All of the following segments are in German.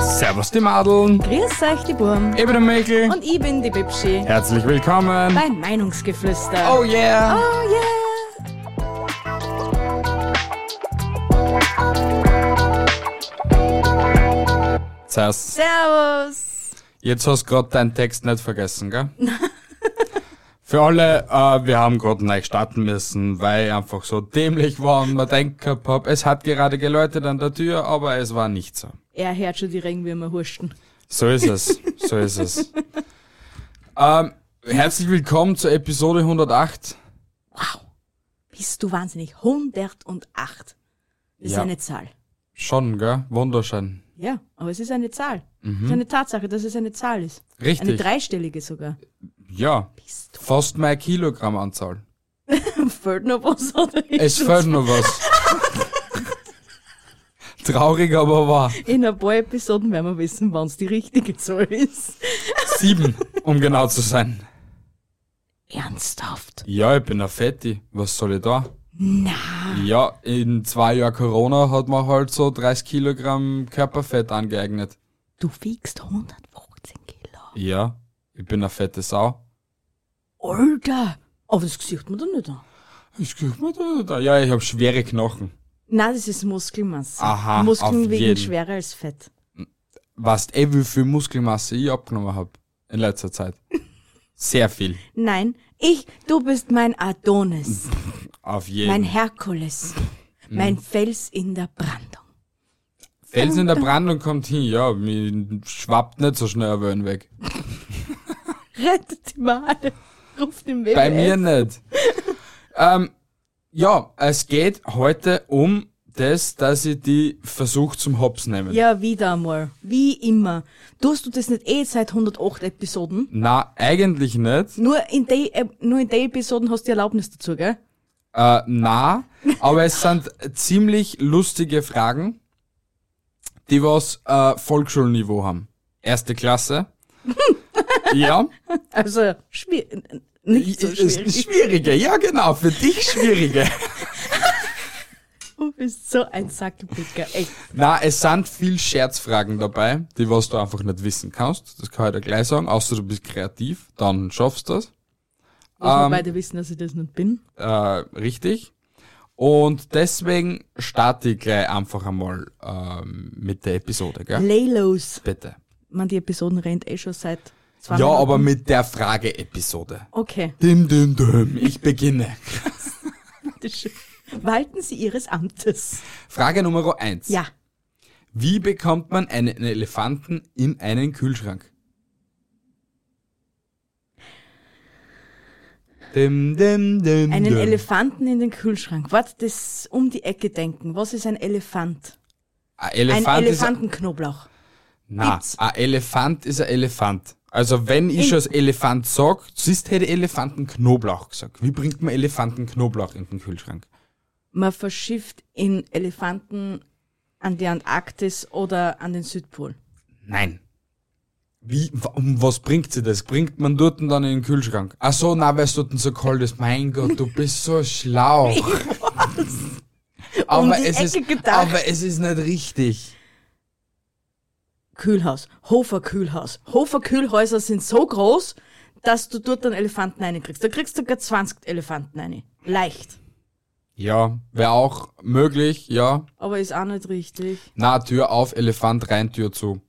Servus die Madeln, Grüß euch, die Burm. ich bin der Mikl. Und ich bin die Bibschi. Herzlich willkommen. Bei Meinungsgeflüster. Oh yeah. Oh yeah. Zuerst, Servus. jetzt hast du gerade deinen Text nicht vergessen, gell? Für alle, äh, wir haben gerade neu starten müssen, weil ich einfach so dämlich war und man denkt gehabt hab, es hat gerade geläutet an der Tür, aber es war nicht so. Er hört schon die Regenwürmer huschen. So ist es, so ist es. Ähm, herzlich willkommen zur Episode 108. Bist du wahnsinnig? 108. Das ist Ja. eine Zahl. Schon, gell? Wunderschön. Ja, aber es ist eine Zahl. Es ist eine Tatsache, dass es eine Zahl ist. Eine Mhm. Richtig. dreistellige sogar. Ja, Bist fast meine Kilogrammanzahl. du fällt noch was oder Es ist fällt noch was. Traurig, aber wahr. In ein paar Episoden werden wir wissen, wann es die richtige Zahl ist. Sieben, um genau zu sein. Ernsthaft? Ja, ich bin ein Fetti. Was soll ich da? Na. Ja, in zwei Jahren Corona hat man halt so 30 Kilogramm Körperfett angeeignet. Du wiegst 115 Kilo. Ja, ich bin eine fette Sau. Alter! Aber das sieht man doch nicht an. Ich guck mal da, da. Ja, ich habe schwere Knochen. Nein, das ist Muskelmasse. Aha, Muskeln auf wiegen jeden. schwerer als Fett. Weißt eh, wie viel Muskelmasse ich abgenommen hab in letzter Zeit? Sehr viel. Nein, ich, du bist mein Adonis, Auf mein jeden Fall. Herkules, Mhm. mein Fels in der Brandung. Fels in der Brandung kommt hin. Ja, mir schwappt nicht so schnell ein Wellen weg. Rettet die Made, ruft den WWF. Bei mir nicht. ähm, ja, es geht heute um das, dass ich die versuche zum Hops nehmen. Ja, wieder einmal. Wie immer. Tust du das nicht eh seit 108 Episoden? Na, eigentlich nicht. Nur in der, Ep- nur in der Episoden hast du die Erlaubnis dazu, gell? Äh, na, aber es sind ziemlich lustige Fragen, die was äh, Volksschulniveau haben. Erste Klasse. ja. Also, schwierig, nicht so Ist schwierig. schwieriger, ja genau, für dich schwieriger. Du bist so ein Sackgebicker, echt. Na, es sind viel Scherzfragen dabei, die was du einfach nicht wissen kannst. Das kann ich dir gleich sagen. Außer du bist kreativ, dann schaffst du das. Muss man Ähm, beide wissen, dass ich das nicht bin. Äh, richtig. Und deswegen starte ich gleich einfach einmal ähm, mit der Episode, gell? Laylos. Bitte. Man, die Episoden rennt eh schon seit zwei Ja, Minuten. aber mit der Frage-Episode. Okay. Dim, dim, dim. Ich beginne. bitteschön. Walten Sie Ihres Amtes. Frage Nummer eins. Ja. Wie bekommt man einen Elefanten in einen Kühlschrank? Dim, dim, dim, Einen dim. Elefanten in den Kühlschrank. Warte, das um die Ecke denken. Was ist ein Elefant? Ein Elefant ein ist Elefantenknoblauch. na, Gibt's. ein Elefant ist ein Elefant. Also wenn ich schon als Elefant sag, siehst hätte ich Elefantenknoblauch gesagt. Wie bringt man Elefantenknoblauch in den Kühlschrank? Man verschifft in Elefanten an die Antarktis oder an den Südpol. Nein. Wie, wa- um was bringt sie das? Bringt man dort dann in den Kühlschrank? Ach so, na, weil es dort so kalt ist. Mein Gott, du bist so schlau. Um aber, die es Ecke ist, gedacht. aber es ist nicht richtig. Kühlhaus. Hofer Kühlhaus. Hofer Kühlhäuser sind so groß, dass du dort einen Elefanten reinkriegst. Da kriegst du sogar 20 Elefanten rein. Leicht. Ja, wäre auch möglich, ja. Aber ist auch nicht richtig. Na, Tür auf, Elefant rein, Tür zu.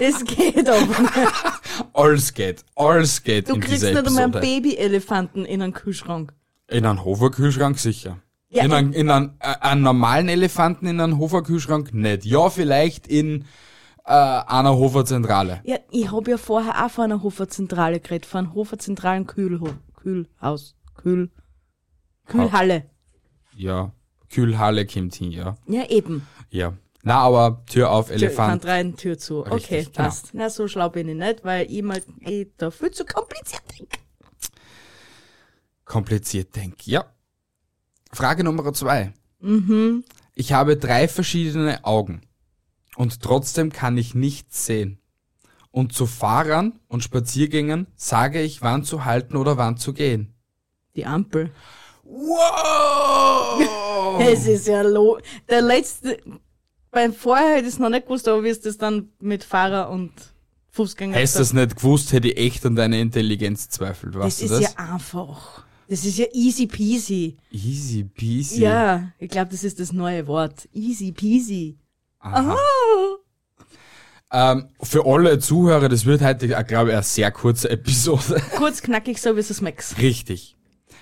Das geht aber nicht. Alles geht, alles geht Du in kriegst dieser nicht einmal einen Episode. Babyelefanten in einen Kühlschrank. in einen Hofer-Kühlschrank sicher. Ja, in einen, in einen, äh, einen normalen Elefanten in einen Hofer-Kühlschrank nicht. Ja, vielleicht in äh, einer Hofer-Zentrale. Ja, ich hab ja vorher auch von einer Hoferzentrale geredet, von einem Hoferzentralen Kühlho Kühlhaus, Kühl Kühlhalle. Ja, Kühlhalle kommt hin, ja. Ja, eben. Ja. Na, aber Tür auf, Elefant. Elefant rein, Tür zu. okay, genau. passt. Na, so schlau bin ich nicht, weil ich mal ich da viel zu kompliziert denke. Kompliziert denk, ja. Frage Nummer zwei. Mhm. Ich habe drei verschiedene Augen und trotzdem kann ich nichts sehen. Und zu Fahrern und Spaziergängern sage ich, wann zu halten oder wann zu gehen. Die Ampel. Wow! Es ist ja lo. Der letzte. Beim Vorher hätte ich es noch nicht gewusst, aber wie ist das dann mit Fahrer und Fußgänger? Hättest du das nicht gewusst, hätte ich echt an deiner Intelligenz zweifelt. das Weißt ist du das? ja einfach. Das ist ja easy peasy. Easy peasy. Ja, ich glaube, das ist das neue Wort. Easy peasy. Aha. Ähm, für alle Zuhörer, das wird heute, glaube ich, eine sehr kurze Episode. Kurz knackig, so wie es Max. Richtig.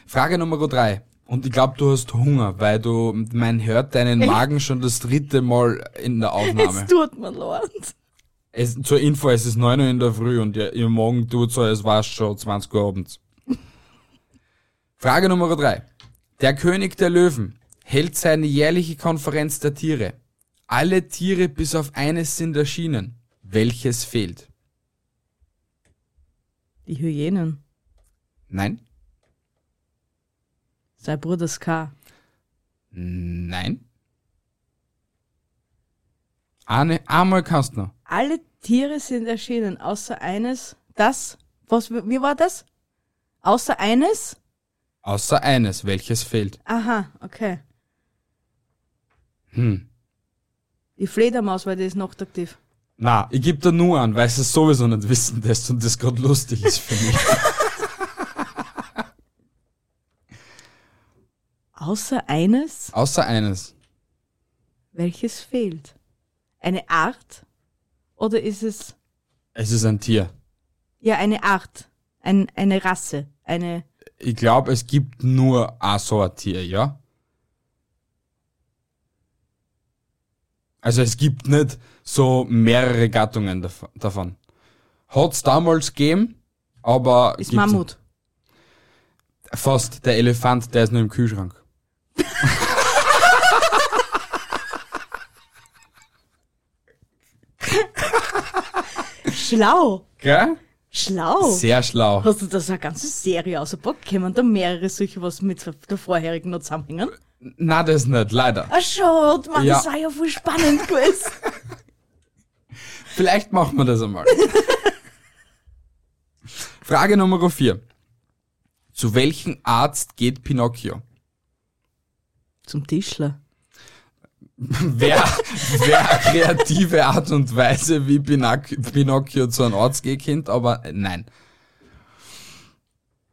Frage Nummer drei. Und ich glaube, du hast Hunger, weil du, man hört deinen Magen schon das dritte Mal in der Aufnahme. Es tut mir leid. Es, zur Info, es ist 9 Uhr in der Früh und ihr, ihr Morgen tut so, es war schon 20 Uhr abends. Frage Nummer drei. Der König der Löwen hält seine jährliche Konferenz der Tiere. Alle Tiere bis auf eines sind erschienen. Welches fehlt? Die Hyänen. Nein? Sein Bruder Ska. Nein? Eine, einmal kannst du noch. Alle Tiere sind erschienen, außer eines. Das? Was, wie war das? Außer eines? Außer eines, welches fehlt. Aha, okay. Hm. Die Fledermaus, weil die ist nachtaktiv. Na, ich geb da nur an, weil es es sowieso nicht wissen lässt und das gerade lustig ist für mich. Außer eines, Außer eines. welches fehlt. Eine Art? Oder ist es Es ist ein Tier. ja eine Art, ein, eine Rasse, eine Ich glaube, es gibt nur ein so ein Tier, ja? Also es gibt nicht so mehrere Gattungen dav davon. Hat's damals gegeben, aber... ist gibt's- Mammut. Fast, der Elefant, der ist nur im Kühlschrank. Schlau, Gell? schlau. Sehr schlau. Hast du da so eine ganze Serie ausgepackt? Können da mehrere solche was mit der vorherigen noch zusammenhängen? Na, das nicht, leider. Ach schon, Ah, Mann, Ja. das war ja voll spannend gewesen. Vielleicht machen wir das einmal. Frage Nummer 4. Zu welchem Arzt geht Pinocchio? Zum Tischler. Wer, wer eine kreative Art und Weise wie Pinac Pinocchio zu einem Arzt geht, Kind, aber nein.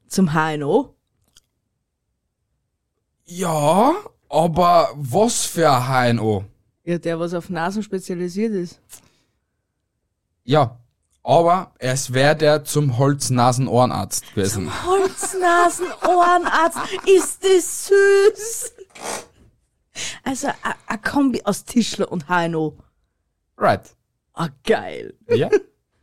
Zum HNO. Ja, aber was für ein HNO? Ja, der, was auf Nasen spezialisiert ist. Ja, aber es wäre der zum Holz-Nasen-Ohrenarzt gewesen. Holznasen, Ohrenarzt, ist das süß. Also, ein Kombi aus Tischler und HNO. Right. Ah, geil. Ja.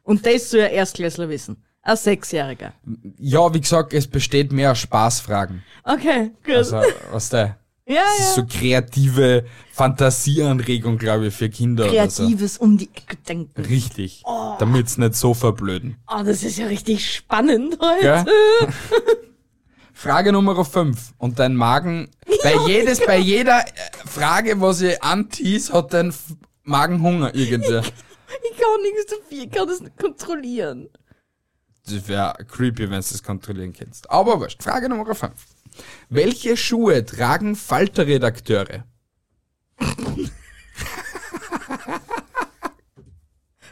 Und das soll ja Erstklässler wissen. Ein Sechsjähriger. ja, wie gesagt, es besteht mehr aus Spaßfragen. Okay, gut. Also, was der. ja, Das ist so kreative Fantasieanregung, glaube ich, für Kinder oder Kreatives um die Ecke so. denken. Richtig. Damit sie nicht so verblöden. Oh, das ist ja richtig spannend heute. Gell? Frage Nummer 5. Und dein Magen, bei jedes, bei jeder äh, Frage, was ihr antease, hat dein F- Magen Hunger irgendwie. Ich kann nichts dafür, ich kann das nicht kontrollieren. Das wäre creepy, wenn du das kontrollieren kannst. Aber wurscht. Frage Nummer 5. Welche Schuhe tragen Falterredakteure?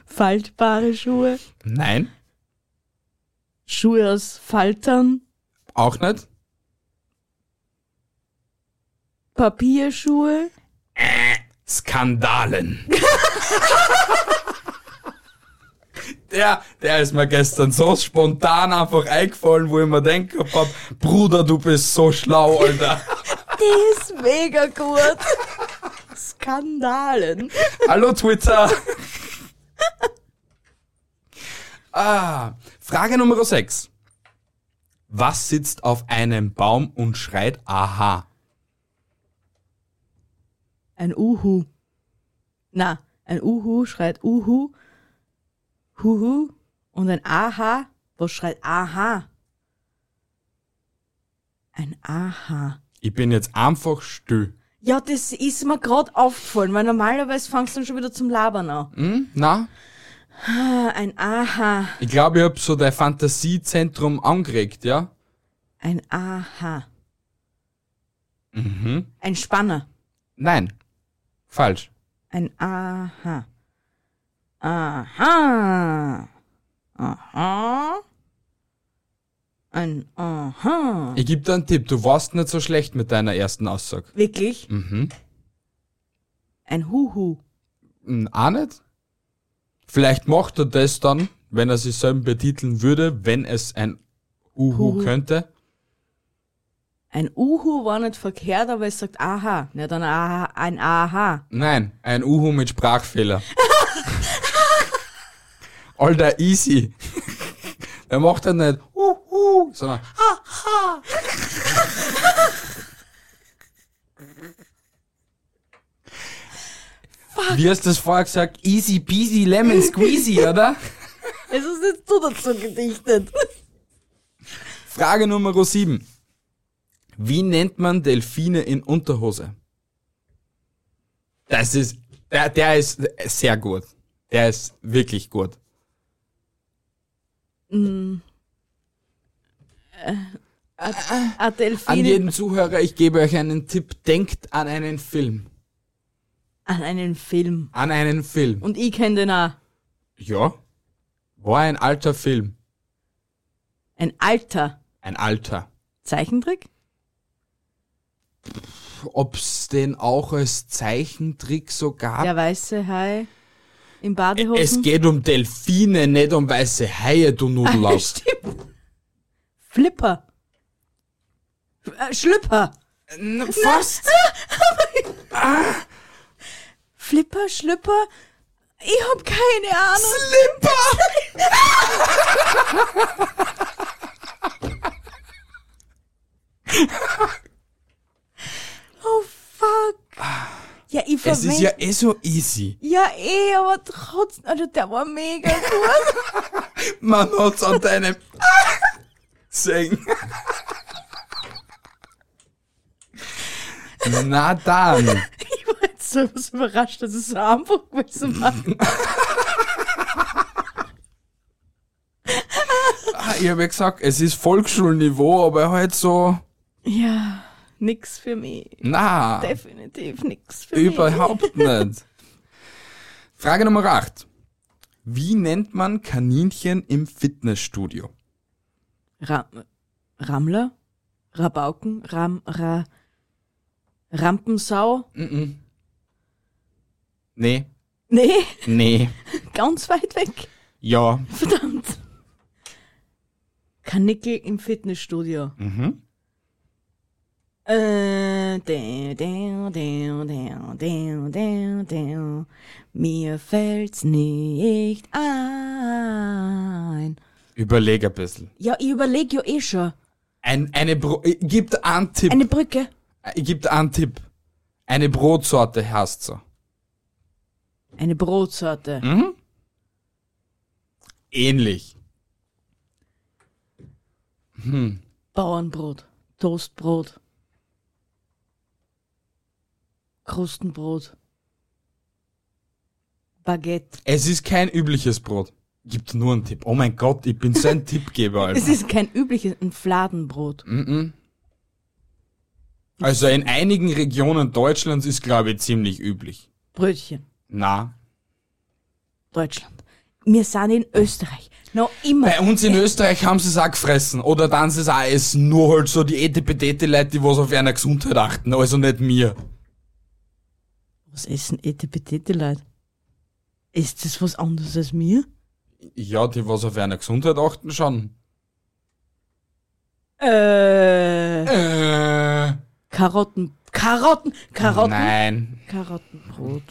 Faltbare Schuhe, Nein. Schuhe aus Faltern, Auch nicht? Papierschuhe. Skandalen. der, der ist mir gestern so spontan einfach eingefallen, wo ich mir denke, hab, Bruder, du bist so schlau, Alter. Die ist mega gut. Skandalen. Hallo Twitter. ah, Frage Nummer 6. Was sitzt auf einem Baum und schreit Aha? Ein Uhu. Na, ein Uhu schreit Uhu, Huhu und ein Aha, was schreit Aha? Ein Aha. Ich bin jetzt einfach still. Ja, das ist mir gerade aufgefallen, weil normalerweise fangst du dann schon wieder zum Labern an. Hm? Na? Ah, Ein Aha, Ich glaube, ich hab so dein Fantasiezentrum angeregt, ja? ein Aha. Mhm. Ein Spanner, Nein. Falsch. ein Aha. Aha. Aha. Ein Aha. Ich gebe dir einen Tipp, du warst nicht so schlecht mit deiner ersten Aussage. Wirklich? Mhm. Ein Huhu. Hm, Auch nicht? Vielleicht macht er das dann, wenn er sich selber betiteln würde, wenn es ein Uhu Huhu. könnte. Ein Uhu war nicht verkehrt, aber es sagt Aha. Ja, dann Aha, ein Aha. Nein, ein Uhu mit Sprachfehler. Alter, easy. Er macht dann nicht Uhu, sondern Haha. Wie hast du das vorher gesagt? Easy peasy lemon squeezy, oder? Es ist nicht so dazu gedichtet. Frage Nummer 7. Wie nennt man Delfine in Unterhose? Das ist, der, der ist sehr gut. Der ist wirklich gut. Ein An Delfin jeden Zuhörer, ich gebe euch einen Tipp. Denkt an einen Film. an einen Film. An einen Film. Und ich kenne den auch. Ja. War ein alter Film. Ein alter Ein alter. Zeichentrick? Ob's den auch als Zeichentrick so gab? Der weiße Hai im Ah. es Badehosen. geht um Delfine, nicht um weiße Haie, du Nudellaus. Ah, Stimmt. Flipper. Äh, Schlüpper. Na, Fast. Flipper, Schlüpper. Ich hab keine Ahnung. Slipper. oh fuck. Ja, ich Es ist verwend- ja eh so easy. Ja, eh, aber trotzdem, also der war mega gut. Man hat's an deinem Singen. Na dann. ich war jetzt so was überrascht, dass es so einfach gewesen war. Ah, Ich habe ja gesagt, es ist Volksschulniveau, aber halt so, ja, nix für mich. na, Definitiv nix für mich. überhaupt nicht. Frage Nummer 8. Wie nennt man Kaninchen im Fitnessstudio? Ra Rammler? Rabauken? Ram Ra Rampensau? Nee, Nee, nee, ganz weit weg. ja, Verdammt. Kanickel im Fitnessstudio. mhm. Äh, dä, dä, dä, dä, dä, dä, dä. Mir fällt's nicht ein. Überleg ein bisschen. Ja, ich überleg ja eh schon. Ein, eine Bro äh, gibt einen Tipp. Eine Brücke. Ich gebe dir einen Tipp. Eine Brotsorte heißt so. Eine Brotsorte. Ähnlich. Bauernbrot, Toastbrot, Krustenbrot, Baguette. Es ist kein übliches Brot. Gib dir nur einen Tipp. Oh mein Gott, ich bin so ein Tippgeber, Es Alter. ist kein übliches, ein Fladenbrot. Hm? Also in einigen Regionen Deutschlands ist, glaube ich, ziemlich üblich. Brötchen, Na. Deutschland. Wir sind in Österreich. Noch immer. Bei uns in Österreich haben sie es auch gefressen. Oder dann sie es auch essen. Nur halt so die etipetete Leute, die was auf ihre Gesundheit achten. Also nicht mir. Was essen etipetete Leute? Ist das was anderes als mir? Ja, die was auf ihre Gesundheit achten schon. Äh, Äh. Karotten, Karotten, Karotten, Nein. Karottenbrot.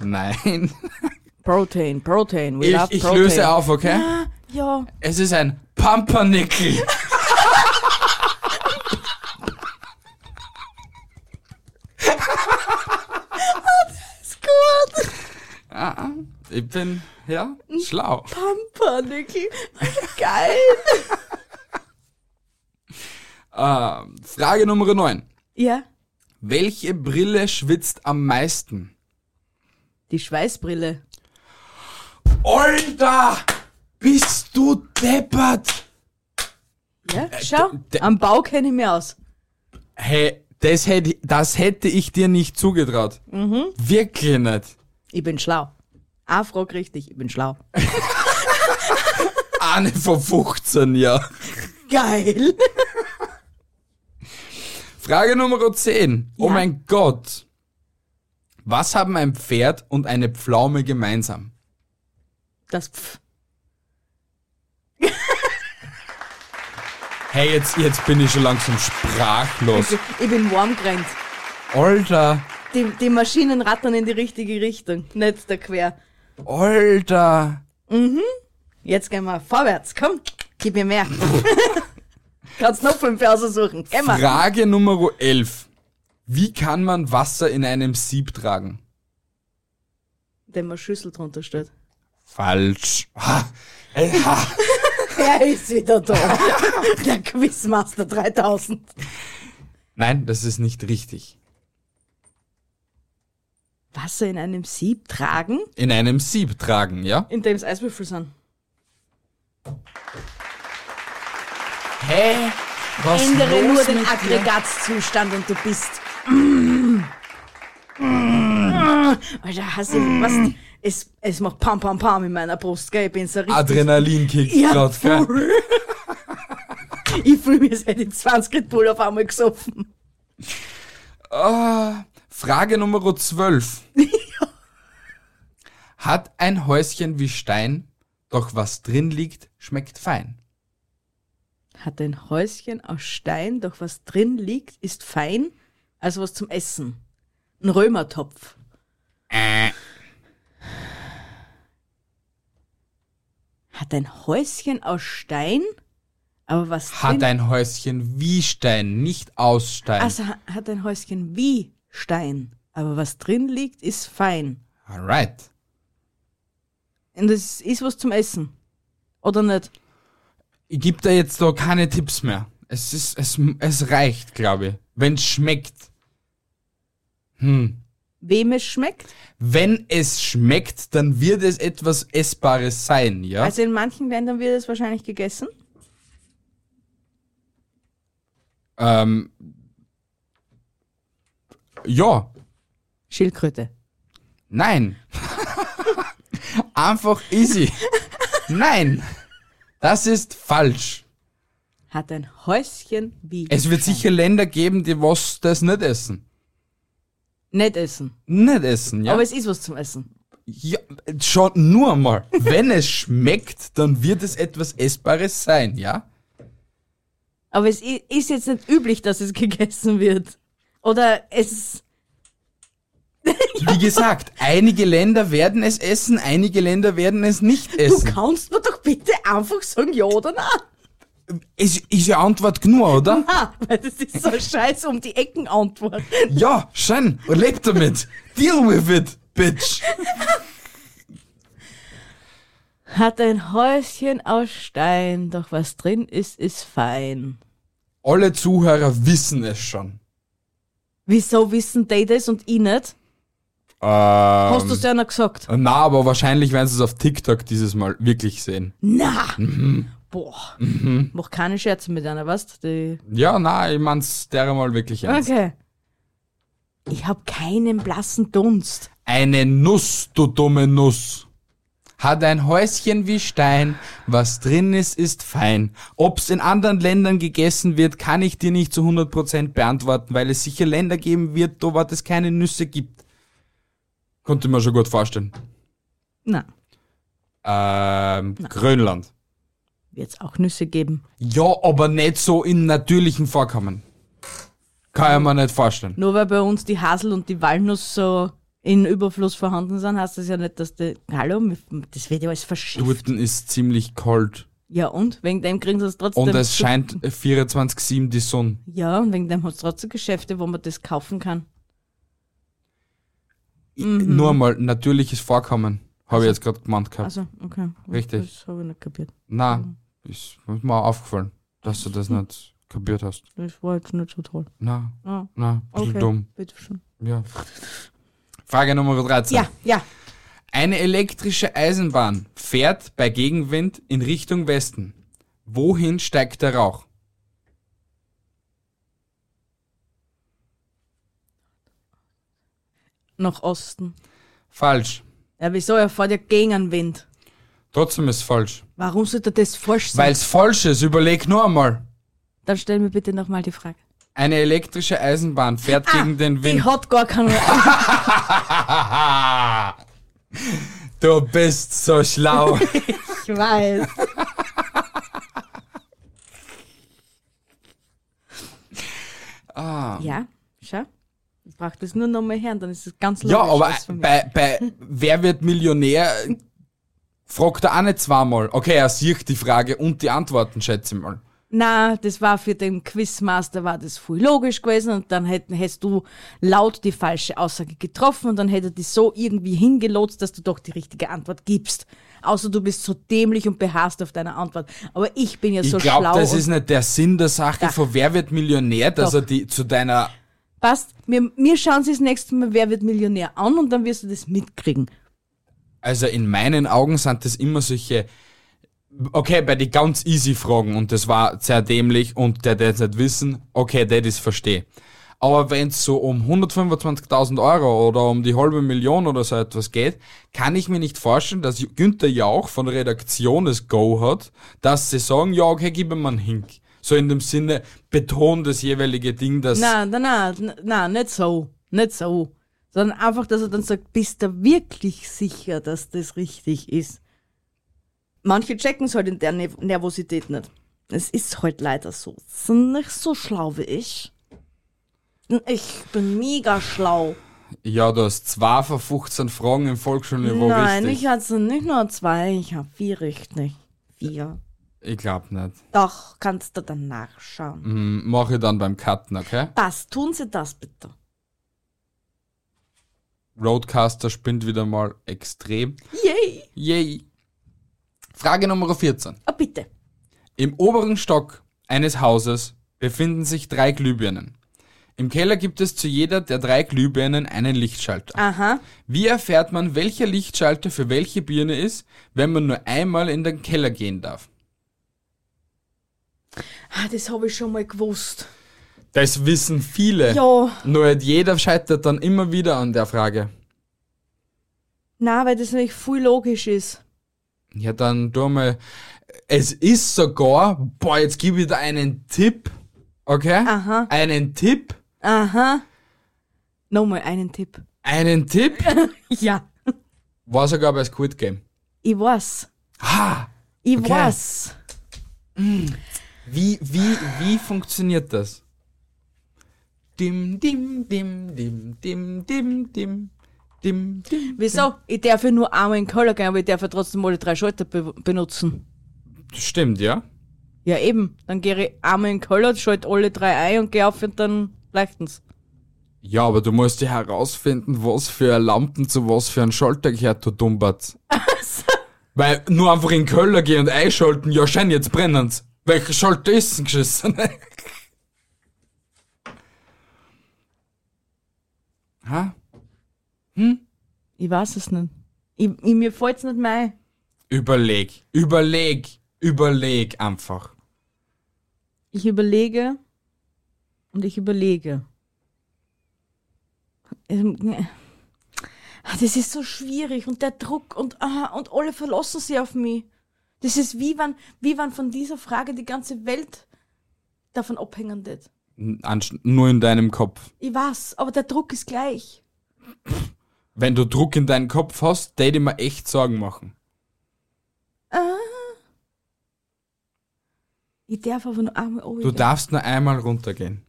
Nein. Protein, Protein, we Ich, love ich Protein. Ah, löse auf, ne? okay? Ja, Es ist ein Pumpernickel. ist gut. Hm. Ja, ich bin, ja, schlau. Pumpernickel. Geil. Ähm, Frage Nummer 9. Ja. Welche Brille schwitzt am meisten? Die Schweißbrille. Alter! Bist du deppert? Ja, schau. Äh, d- d- Am Bau kenne ich mich aus. Hey, das hätte, das hätte ich dir nicht zugetraut. Mhm. Wirklich nicht. Ich bin schlau. Ah, frag richtig, ich bin schlau. Ahne vor 15 Jahren. Geil. Frage Nummer 10. Oh Ja. mein Gott. Was haben ein Pferd und eine Pflaume gemeinsam? Das Pf. Hey, jetzt, jetzt bin ich schon langsam sprachlos. Also, Ich bin warm gerannt. Alter, Die, die Maschinen rattern in die richtige Richtung, nicht da quer. Alter. Jetzt gehen wir vorwärts, komm, gib mir mehr. Kannst noch fünf aussuchen, gehen wir. Frage Nummer 11. Wie kann man Wasser in einem Sieb tragen? Wenn man Schüssel drunter stellt. Falsch. Ha. Äh, ha. Er ist wieder da. Der Quizmaster 3000. Nein, das ist nicht richtig. Wasser in einem Sieb tragen? In einem Sieb tragen, ja? In dem es Eiswürfel sind. Hä? Was Ändere los nur den mit dir? Aggregatzustand und du bist. Mm. Alter, hast du was? Es, es macht Pam Pam Pam in meiner Brust, gell? Ich bin so richtig. Adrenalinkick Ja, grad, gell? voll. ich fühle mich seit den 20 Red Bull auf einmal gesoffen. Ah, Frage Nummer 12. Hat ein Häuschen wie Stein, doch was drin liegt, schmeckt fein. Hat ein Häuschen aus Stein, doch was drin liegt, ist fein, also was zum Essen. Ein Römertopf. Hat ein Häuschen aus Stein, aber was Hat drin... ein Häuschen wie Stein, nicht aus Stein. also ha- hat ein Häuschen wie Stein, aber was drin liegt, ist fein. Alright. Und es ist was zum Essen. Oder nicht? Ich gebe da jetzt da keine Tipps mehr. Es ist, es, es reicht, glaube ich. Wenn es schmeckt. Hm. Wem es schmeckt? Wenn es schmeckt, dann wird es etwas Essbares sein, ja? Also in manchen Ländern wird es wahrscheinlich gegessen. ähm, ja, Schildkröte. nein. Einfach easy. Nein. Das ist falsch. Hat ein Häuschen wie. Es wird Stein. sicher Länder geben, die was das nicht essen. Nicht essen. Nicht essen, ja? Aber es ist was zum Essen. Ja, schon nur mal. Wenn es schmeckt, dann wird es etwas Essbares sein, ja? Aber es i- ist jetzt nicht üblich, dass es gegessen wird. Oder es. Wie gesagt, einige Länder werden es essen, einige Länder werden es nicht Du essen. kannst mir doch bitte einfach sagen, ja oder nein. Es ist ja Antwort genug, oder? Ah, weil das ist so eine scheiße um die Ecken Antwort. Ja, schön. Und Lebt damit. Deal with it, bitch. Hat ein Häuschen aus Stein, doch was drin ist, ist fein. Alle Zuhörer wissen es schon. Wieso wissen die das und ich nicht? Ähm. Hast du es ja noch gesagt? Na, aber wahrscheinlich werden sie es auf TikTok dieses Mal wirklich sehen. Na! Mhm. Boah. Mach keine Scherze mit einer, weißt du? Die- Ja, na, ich mein's der mal wirklich ernst. Okay. Ich hab keinen blassen Dunst. Eine Nuss, du dumme Nuss. Hat ein Häuschen wie Stein, was drin ist, ist fein. Ob's in anderen Ländern gegessen wird, kann ich dir nicht zu 100% beantworten, weil es sicher Länder geben wird, wo es keine Nüsse gibt. Konnte ich mir schon gut vorstellen. Na, Ähm, Grönland. wird's auch Nüsse geben. Ja, aber nicht so in natürlichen Vorkommen. Kann ich mir nicht vorstellen. Nur weil bei uns die Hasel und die Walnuss so in Überfluss vorhanden sind, heißt das ja nicht, dass die. Hallo, das wird ja alles verschifft. Durten ist ziemlich kalt. Ja, und? Wegen dem kriegen sie es trotzdem. Und es zu- scheint 24-7 die Sonne. Ja, und wegen dem hat's trotzdem Geschäfte, wo man das kaufen kann. Mhm. Nur mal natürliches Vorkommen. Habe ich jetzt gerade gemeint gehabt. Also, okay. Richtig. Das habe ich nicht kapiert. Nein, ist ist mir aufgefallen, dass du das nicht kapiert hast. Das war jetzt nicht so toll. Na, Ah, na, bisschen okay. dumm. Bitteschön. Ja. Frage Nummer 13. Ja, ja. Eine elektrische Eisenbahn fährt bei Gegenwind in Richtung Westen. Wohin steigt der Rauch? Nach Osten. Falsch. Ja, wieso? Er fährt ja gegen den Wind. Trotzdem ist falsch. Warum sollte das falsch sein? Weil es falsch ist, überleg nur einmal. Dann stell mir bitte nochmal die Frage. Eine elektrische Eisenbahn fährt gegen den Ah, Die Wind. hat gar keine. Du bist so schlau. ich weiß. Ah. Ja, schau. Ich brauche das nur nochmal her, dann ist es ganz logisch. ja, aber was von mir. bei, bei Wer wird Millionär fragt er auch nicht zweimal. Okay, er sieht die Frage und die Antworten, schätze ich mal. Na, das war für den Quizmaster war das voll logisch gewesen und dann hätten, hättest du laut die falsche Aussage getroffen und dann hätte er dich so irgendwie hingelotst, dass du doch die richtige Antwort gibst. Außer du bist so dämlich und beharrst auf deiner Antwort. Aber ich bin ja so ich glaube, schlau. das und ist nicht der Sinn der Sache Ja. von Wer wird Millionär, dass Doch. er die zu deiner. passt, wir, wir schauen sie das nächste Mal, wer wird Millionär an und dann wirst du das mitkriegen. Also in meinen Augen sind das immer solche. Okay, bei die ganz easy Fragen und das war sehr dämlich und der, der es nicht wissen, okay, der das verstehe. Aber wenn es so um 125.000 Euro oder um die halbe Million oder so etwas geht, kann ich mir nicht vorstellen, dass Günther Jauch von der Redaktion das Go hat, dass sie sagen, ja, okay, gib ihm einen Hink. So in dem Sinne, betont das jeweilige Ding, dass... Na, na, na, na, na, nicht so. Nicht so. Sondern einfach, dass er dann sagt, bist du wirklich sicher, dass das richtig ist? Manche checken es halt in der Nerv Nervosität nicht. Es ist halt leider so. Sind nicht so schlau wie ich. Ich bin mega schlau. Ja, du hast zwei von 15 Fragen im Volksschulniveau Nein, richtig. ich hatte nicht nur zwei, ich habe vier richtig. Vier. Ich glaub nicht. Doch, kannst du dann nachschauen. Hm, Mach ich dann beim Cutten, okay? Das, tun Sie das bitte. Roadcaster spinnt wieder mal extrem. Yay! Yay. Frage Nummer 14. Oh, bitte. Im oberen Stock eines Hauses befinden sich drei Glühbirnen. Im Keller gibt es zu jeder der drei Glühbirnen einen Lichtschalter. Aha. Wie erfährt man, welcher Lichtschalter für welche Birne ist, wenn man nur einmal in den Keller gehen darf? Ah, das habe ich schon mal gewusst. Das wissen viele. Ja, Nur jeder scheitert dann immer wieder an der Frage. na, weil das nämlich viel logisch ist. Ja, dann tu mal. Es ist sogar, boah, jetzt gebe ich dir einen Tipp. Okay? Aha. Einen Tipp. Aha. Nochmal einen Tipp. Einen Tipp. Ja. War sogar bei Squid Game. Ich weiß. Ha! Ich Okay. weiß. Wie, wie, wie funktioniert das? Dim, dim, dim, dim, dim, dim, dim, dim, dim. Wieso? Ich darf ja nur einmal in den Keller gehen, aber ich darf ja trotzdem alle drei Schalter be benutzen. Stimmt, ja? Ja, eben. Dann gehe ich einmal in den Keller, schalte alle drei ein und gehe auf und dann leichtens. Ja, aber du musst ja herausfinden, was für eine Lampen zu was für ein Schalter gehört, du Dummbatz. Weil nur einfach in den Keller gehen und einschalten, ja schein, jetzt brennen's. Welcher Schalter ist denn geschissen? ha? Ich weiß es nicht. Ich, ich, mir fällt es nicht mehr ein. Überleg, überleg, überleg einfach. Ich überlege und ich überlege. Ähm, ne. Ah, Das ist so schwierig und der Druck und, ah, und alle verlassen sich auf mich. Das ist wie wenn, wie wenn von dieser Frage die ganze Welt davon abhängen wird. N- ansch- Nur in deinem Kopf. Ich weiß, aber der Druck ist gleich. Wenn du Druck in deinen Kopf hast, täte ich mir echt Sorgen machen. Ich darf aber nur einmal runter. Du darfst nur einmal runtergehen.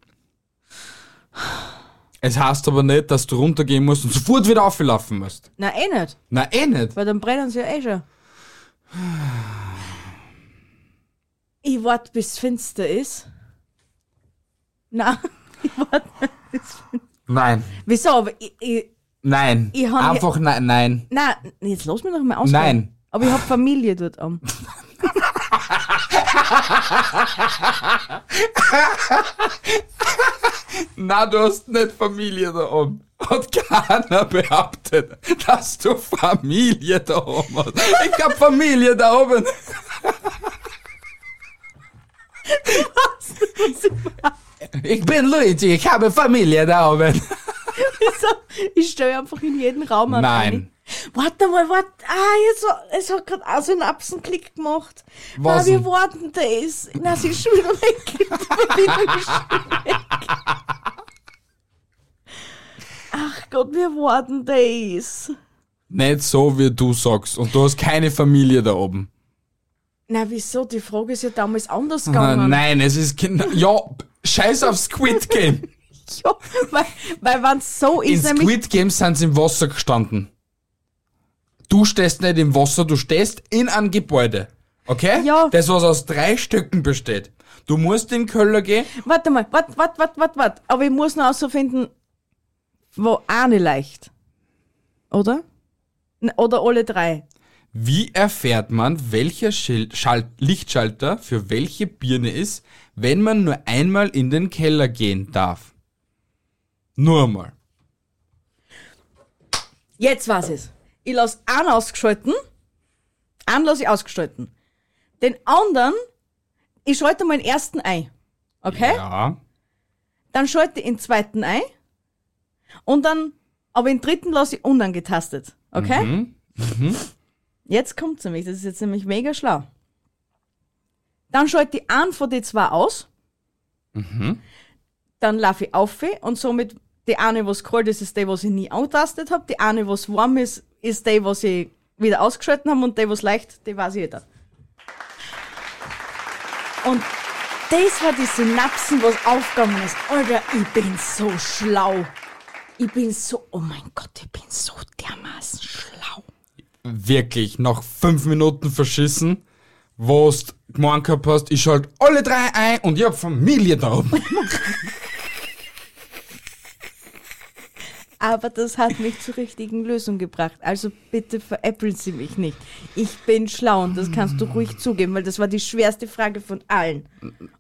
Es heißt aber nicht, dass du runtergehen musst und sofort wieder auflaufen musst. Nein, eh nicht, Na eh nicht. weil dann brennen sie ja eh schon. Ich warte, bis es finster ist. Nein, ich warte, bis es Nein. Wieso? Aber ich, ich, Nein. Ich hab- Einfach nein, nein. Na, jetzt lass mich doch mal ausreden. Nein. Aber ich hab Familie dort am. Na, du hast nicht Familie da oben. Hat keiner behauptet, dass du Familie da oben hast. Ich hab Familie da oben. Ich bin Luigi, ich habe Familie da oben. So, ich stelle einfach in jeden Raum einen Nein. Ein. Warte mal, warte. Ah, jetzt, hat- es hat gerade auch so einen Apsenklick gemacht. Was Na, wir denn? warten da ist. Na, sie ist schon wieder weg. Die Verbindung ist schon weg. Ach Gott, wir warten da ist. Nicht so, wie du sagst. Und du hast keine Familie da oben. Na, wieso? Die Frage ist ja damals anders Ah, gegangen. Nein, es ist Kinder. Ja, scheiß auf Squid Game. Ja, weil, weil wenn es so In ist, nämlich. Squid Game sind sie im Wasser gestanden. Du stehst nicht im Wasser, du stehst in einem Gebäude. Okay? Ja. Das, was aus drei Stücken besteht. Du musst in Köller gehen. Warte mal, warte, warte, warte, warte, warte. Aber ich muss noch herausfinden, wo eine leicht. Oder? N- Oder alle drei. Wie erfährt man, welcher Schild, Schalt, Lichtschalter für welche Birne ist, wenn man nur einmal in den Keller gehen darf? Nur einmal. Jetzt war's es. Ich lasse einen ausgeschalten. Einen lasse ich ausgeschalten. Den anderen, ich schalte mal den ersten ein. Okay? Ja. Dann schalte ich den zweiten ein. Und dann, aber den dritten lasse ich unangetastet. Okay? Jetzt kommt's nämlich. Das ist jetzt nämlich mega schlau. Dann schalte ich einen von den zwei aus. Dann laufe ich auf und somit die eine, was kalt ist, ist die, was ich nie angetastet habe. Die eine, was warm ist, ist die, was ich wieder ausgeschalten habe. Und die, was leicht, die weiß ich eh dann. Und das war die Synapsen, was aufgegangen ist. Alter, ich bin so schlau. Ich bin so, oh mein Gott, ich bin so dermaßen schlau. wirklich nach fünf Minuten verschissen, wo du gemeint gehabt hast, ich schalte alle drei ein und ich hab Familie da oben. Aber das hat mich zur richtigen Lösung gebracht. Also bitte veräppeln Sie mich nicht. Ich bin schlau und das kannst du ruhig zugeben, weil das war die schwerste Frage von allen.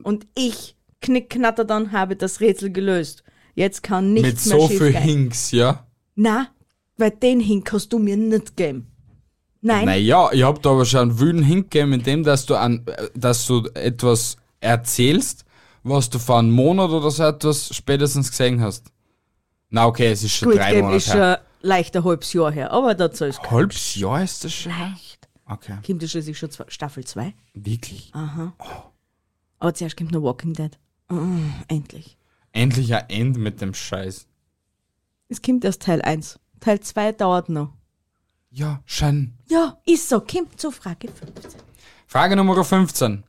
Und ich, knick, knatter, dann habe das Rätsel gelöst. Jetzt kann Mit nichts so mehr viel schiefgehen. Hinks, ja. Na, weil den Hink kannst du mir nicht geben. Nein, Naja, ich hab da aber schon einen wüden Hink gegeben, indem dass du, an, äh, dass du etwas erzählst, was du vor einem Monat oder so etwas spätestens gesehen hast. Na okay, es ist schon Squid drei Game Monate ist schon her. leicht ein halbes Jahr her, aber dazu ist Halbes Jahr ist das schon her? Okay. kommt ja schließlich schon zwei, Staffel 2. Wirklich? Ah. Aber zuerst kommt noch Walking Dead. Mm, endlich. Endlich ein End mit dem Scheiß. Es kommt erst Teil 1. Teil 2 dauert noch. Ja, schon. Ja, ist so. Kommt zur Frage 15. Frage Nummer 15.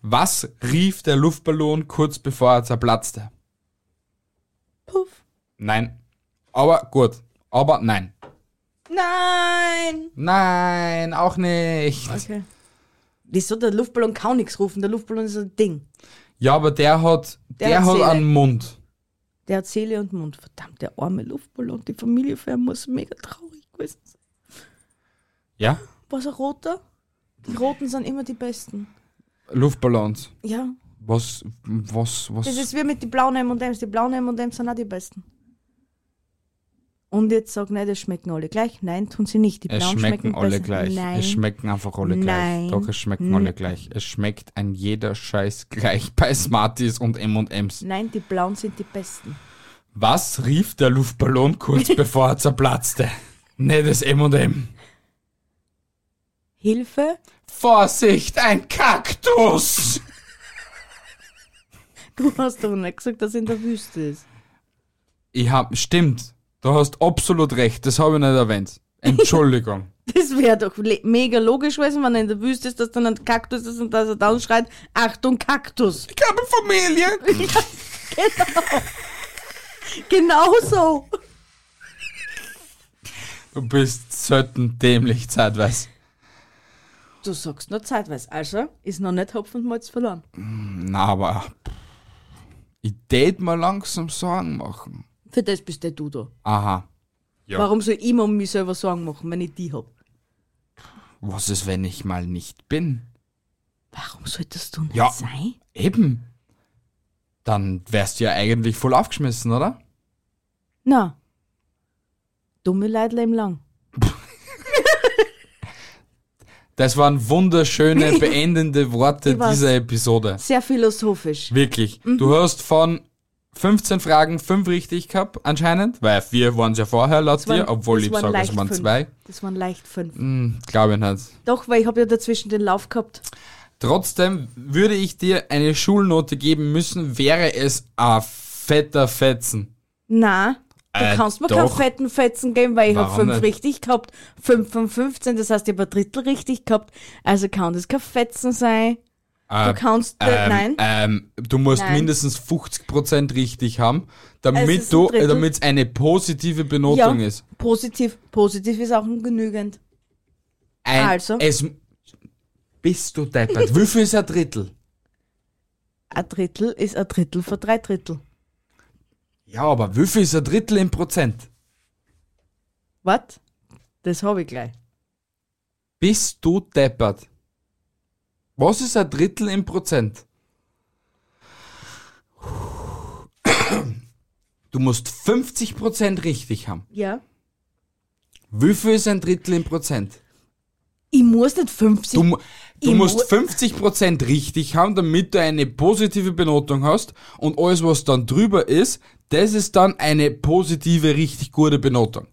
Was rief der Luftballon kurz bevor er zerplatzte? Puff. Nein. Aber gut. Aber nein. Nein! Nein, auch nicht. Okay. Wieso? Der Luftballon kann nichts rufen. Der Luftballon ist ein Ding. Ja, aber der hat, der, Der hat hat Seele. einen Mund. Der hat Seele und Mund. Verdammt, der arme Luftballon. Die Familie von ihm muss mega traurig gewesen sein. Ja? Was ein roter? Die Roten sind immer die Besten. Luftballons. Ja, Was, was, was? Das ist wie mit den blauen M&M's. Die blauen M&M's sind auch die besten. Und jetzt sag nicht, es schmecken alle gleich. Nein, tun sie nicht. Die es blauen schmecken, schmecken, alle besser. gleich. Nein. Es schmecken einfach alle Nein. gleich. Doch, es schmecken alle gleich. Es schmeckt ein jeder Scheiß gleich bei Smarties und M&M's. Nein, die blauen sind die besten. Was rief der Luftballon kurz bevor er zerplatzte? Nee, das M&M. Hilfe, Vorsicht, ein Kaktus! du hast doch nicht gesagt, dass er in der Wüste ist. Ich hab, stimmt, du hast absolut recht, das habe ich nicht erwähnt. Entschuldigung. Das wäre doch le- mega logisch gewesen, wenn er in der Wüste ist, dass dann ein Kaktus ist und dass er dann schreit, Achtung, Kaktus. ich habe Familie! Genau so. Du bist selten dämlich zeitweise. Du sagst nur zeitweise. Also ist noch nicht Hopfen und Malz verloren. Na, aber ich tät mir langsam Sorgen machen. Für das bist der du da. Aha. Ja. Warum soll ich mir um mich selber Sorgen machen, wenn ich die hab? Was ist, wenn ich mal nicht bin? Warum solltest du nicht Ja. sein? Eben. Dann wärst du ja eigentlich voll aufgeschmissen, oder? Na. Dumme Leute leben lang. Das waren wunderschöne, beendende Worte Ich weiß. dieser Episode. Sehr philosophisch. Wirklich. Mhm. Du hast von 15 Fragen 5 richtig gehabt, anscheinend, weil vier waren es ja vorher laut Das waren- dir, obwohl das ich waren sage, es leicht waren fünf. zwei. Das waren leicht fünf. Hm, glaube ich nicht. Doch, weil ich habe ja dazwischen den Lauf gehabt. Trotzdem würde ich dir eine Schulnote geben müssen, wäre es ein fetter Fetzen. Na, du Äh, kannst mir doch. keinen fetten Fetzen geben, weil ich habe Warum fünf nicht? richtig gehabt. Fünf von 15, das heißt, ich habe ein Drittel richtig gehabt. Also kann das kein Fetzen sein. Du kannst, äh, Ähm, nein. Ähm, du musst Nein. mindestens 50% richtig haben, Es ist damit ein du, Drittel. damit es eine positive Benotung ist. positiv. Positiv ist auch genügend. Ein, Also. Es, bist du deppert. Wie viel ist ein Drittel? Ein Drittel ist ein Drittel von drei Drittel. Ja, aber wie viel ist ein Drittel in Prozent? Was? Das habe ich gleich. Bist du deppert? Was ist ein Drittel in Prozent? Du musst 50% richtig haben. Ja. Wie viel ist ein Drittel in Prozent? Ich muss nicht 50. Du, mu- du Ich musst mu- 50% richtig haben, damit du eine positive Benotung hast. Und alles, was dann drüber ist, das ist dann eine positive, richtig gute Benotung.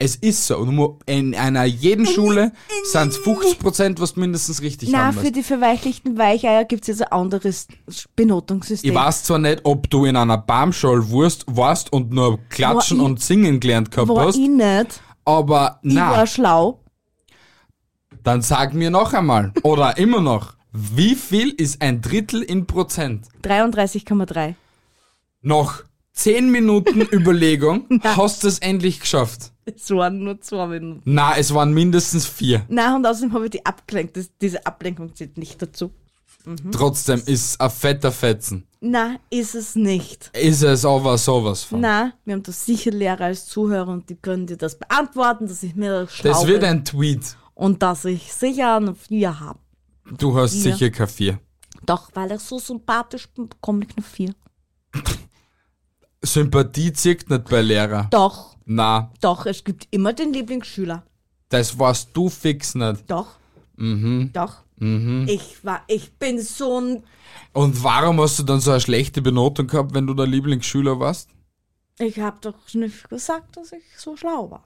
Es ist so. Und du mu- in einer jeden Schule sind es 50%, was du mindestens richtig Na, haben für musst. die verweichlichten Weicheier gibt es jetzt ein anderes Benotungssystem. Ich weiß zwar nicht, ob du in einer Baumschule warst, warst und nur klatschen War ich- und singen gelernt gehabt war hast, ich nicht. aber Ich na, war schlau. dann sag mir noch einmal oder immer noch, wie viel ist ein Drittel in Prozent? 33,3. Noch 10 Minuten Überlegung hast du es endlich geschafft. Es waren nur zwei Minuten. Na, es waren mindestens vier. Nein, und außerdem habe ich die abgelenkt. Das, diese Ablenkung zählt nicht dazu. Mhm. Trotzdem ist es ein fetter Fetzen. Na, ist es nicht. Ist es aber sowas von. Na, wir haben da sicher Lehrer als Zuhörer und die können dir das beantworten, dass ich mir das schlau das wird bin ein Tweet. und dass ich sicher eine 4 habe. Du hast Ja. sicher kein vier. Doch, weil ich so sympathisch bin, bekomme ich eine 4. Sympathie zirkt nicht bei Lehrer. Doch, Na, doch, es gibt immer den Lieblingsschüler. das warst du fix nicht. Doch. Doch. Ich war, ich bin so ein. Und warum hast du dann so eine schlechte Benotung gehabt, wenn du der Lieblingsschüler warst? Ich habe doch nicht gesagt, dass ich so schlau war.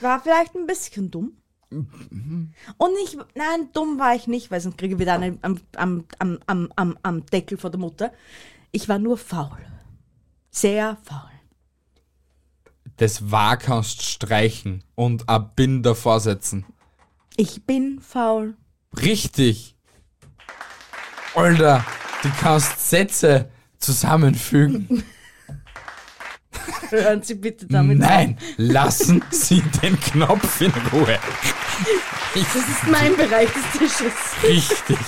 war vielleicht ein bisschen dumm. Und ich, nein, dumm war ich nicht, weil sonst kriege ich wieder einen am, am, am, am, am, am Deckel von der Mutter. Ich war nur faul. Sehr faul. Das war kannst streichen und ein Bin davor setzen. Ich bin faul. Richtig. Alter, du kannst Sätze zusammenfügen. Hören Sie bitte damit Nein, lassen Sie den Knopf in Ruhe. auf. Das ist mein Bereich des Tisches. Richtig.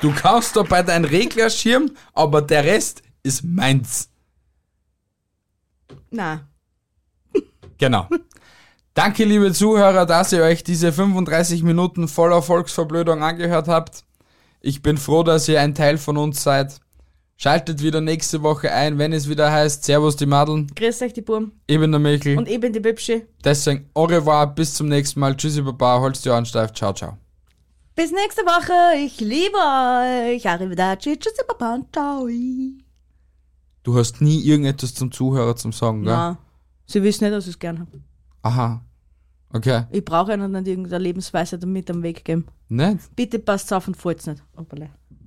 Du kannst dabei deinen Regler schirmen, aber der Rest ist meins. Na, Genau. Danke, liebe Zuhörer, dass ihr euch diese 35 Minuten voller Volksverblödung angehört habt. Ich bin froh, dass ihr ein Teil von uns seid. Schaltet wieder nächste Woche ein, wenn es wieder heißt Servus die Madeln. grüß euch die Burm. Ich bin der Michel. Und ich bin die Bibschi. Deswegen, au revoir, bis zum nächsten Mal. Tschüssi, Baba, holst die Ohren steif. Ciao, ciao. Bis nächste Woche. Ich liebe euch. Arrivederci. Tschüssi, Papa und Ciao. Du hast nie irgendetwas zum Zuhörer zum Sagen, gell? Na, Sie wissen nicht, dass ich es gern habe. Aha. Okay. Ich brauche ihnen nicht irgendeine Lebensweise damit am Weg geben. Nicht? Bitte passt auf und falls nicht. Hoppala.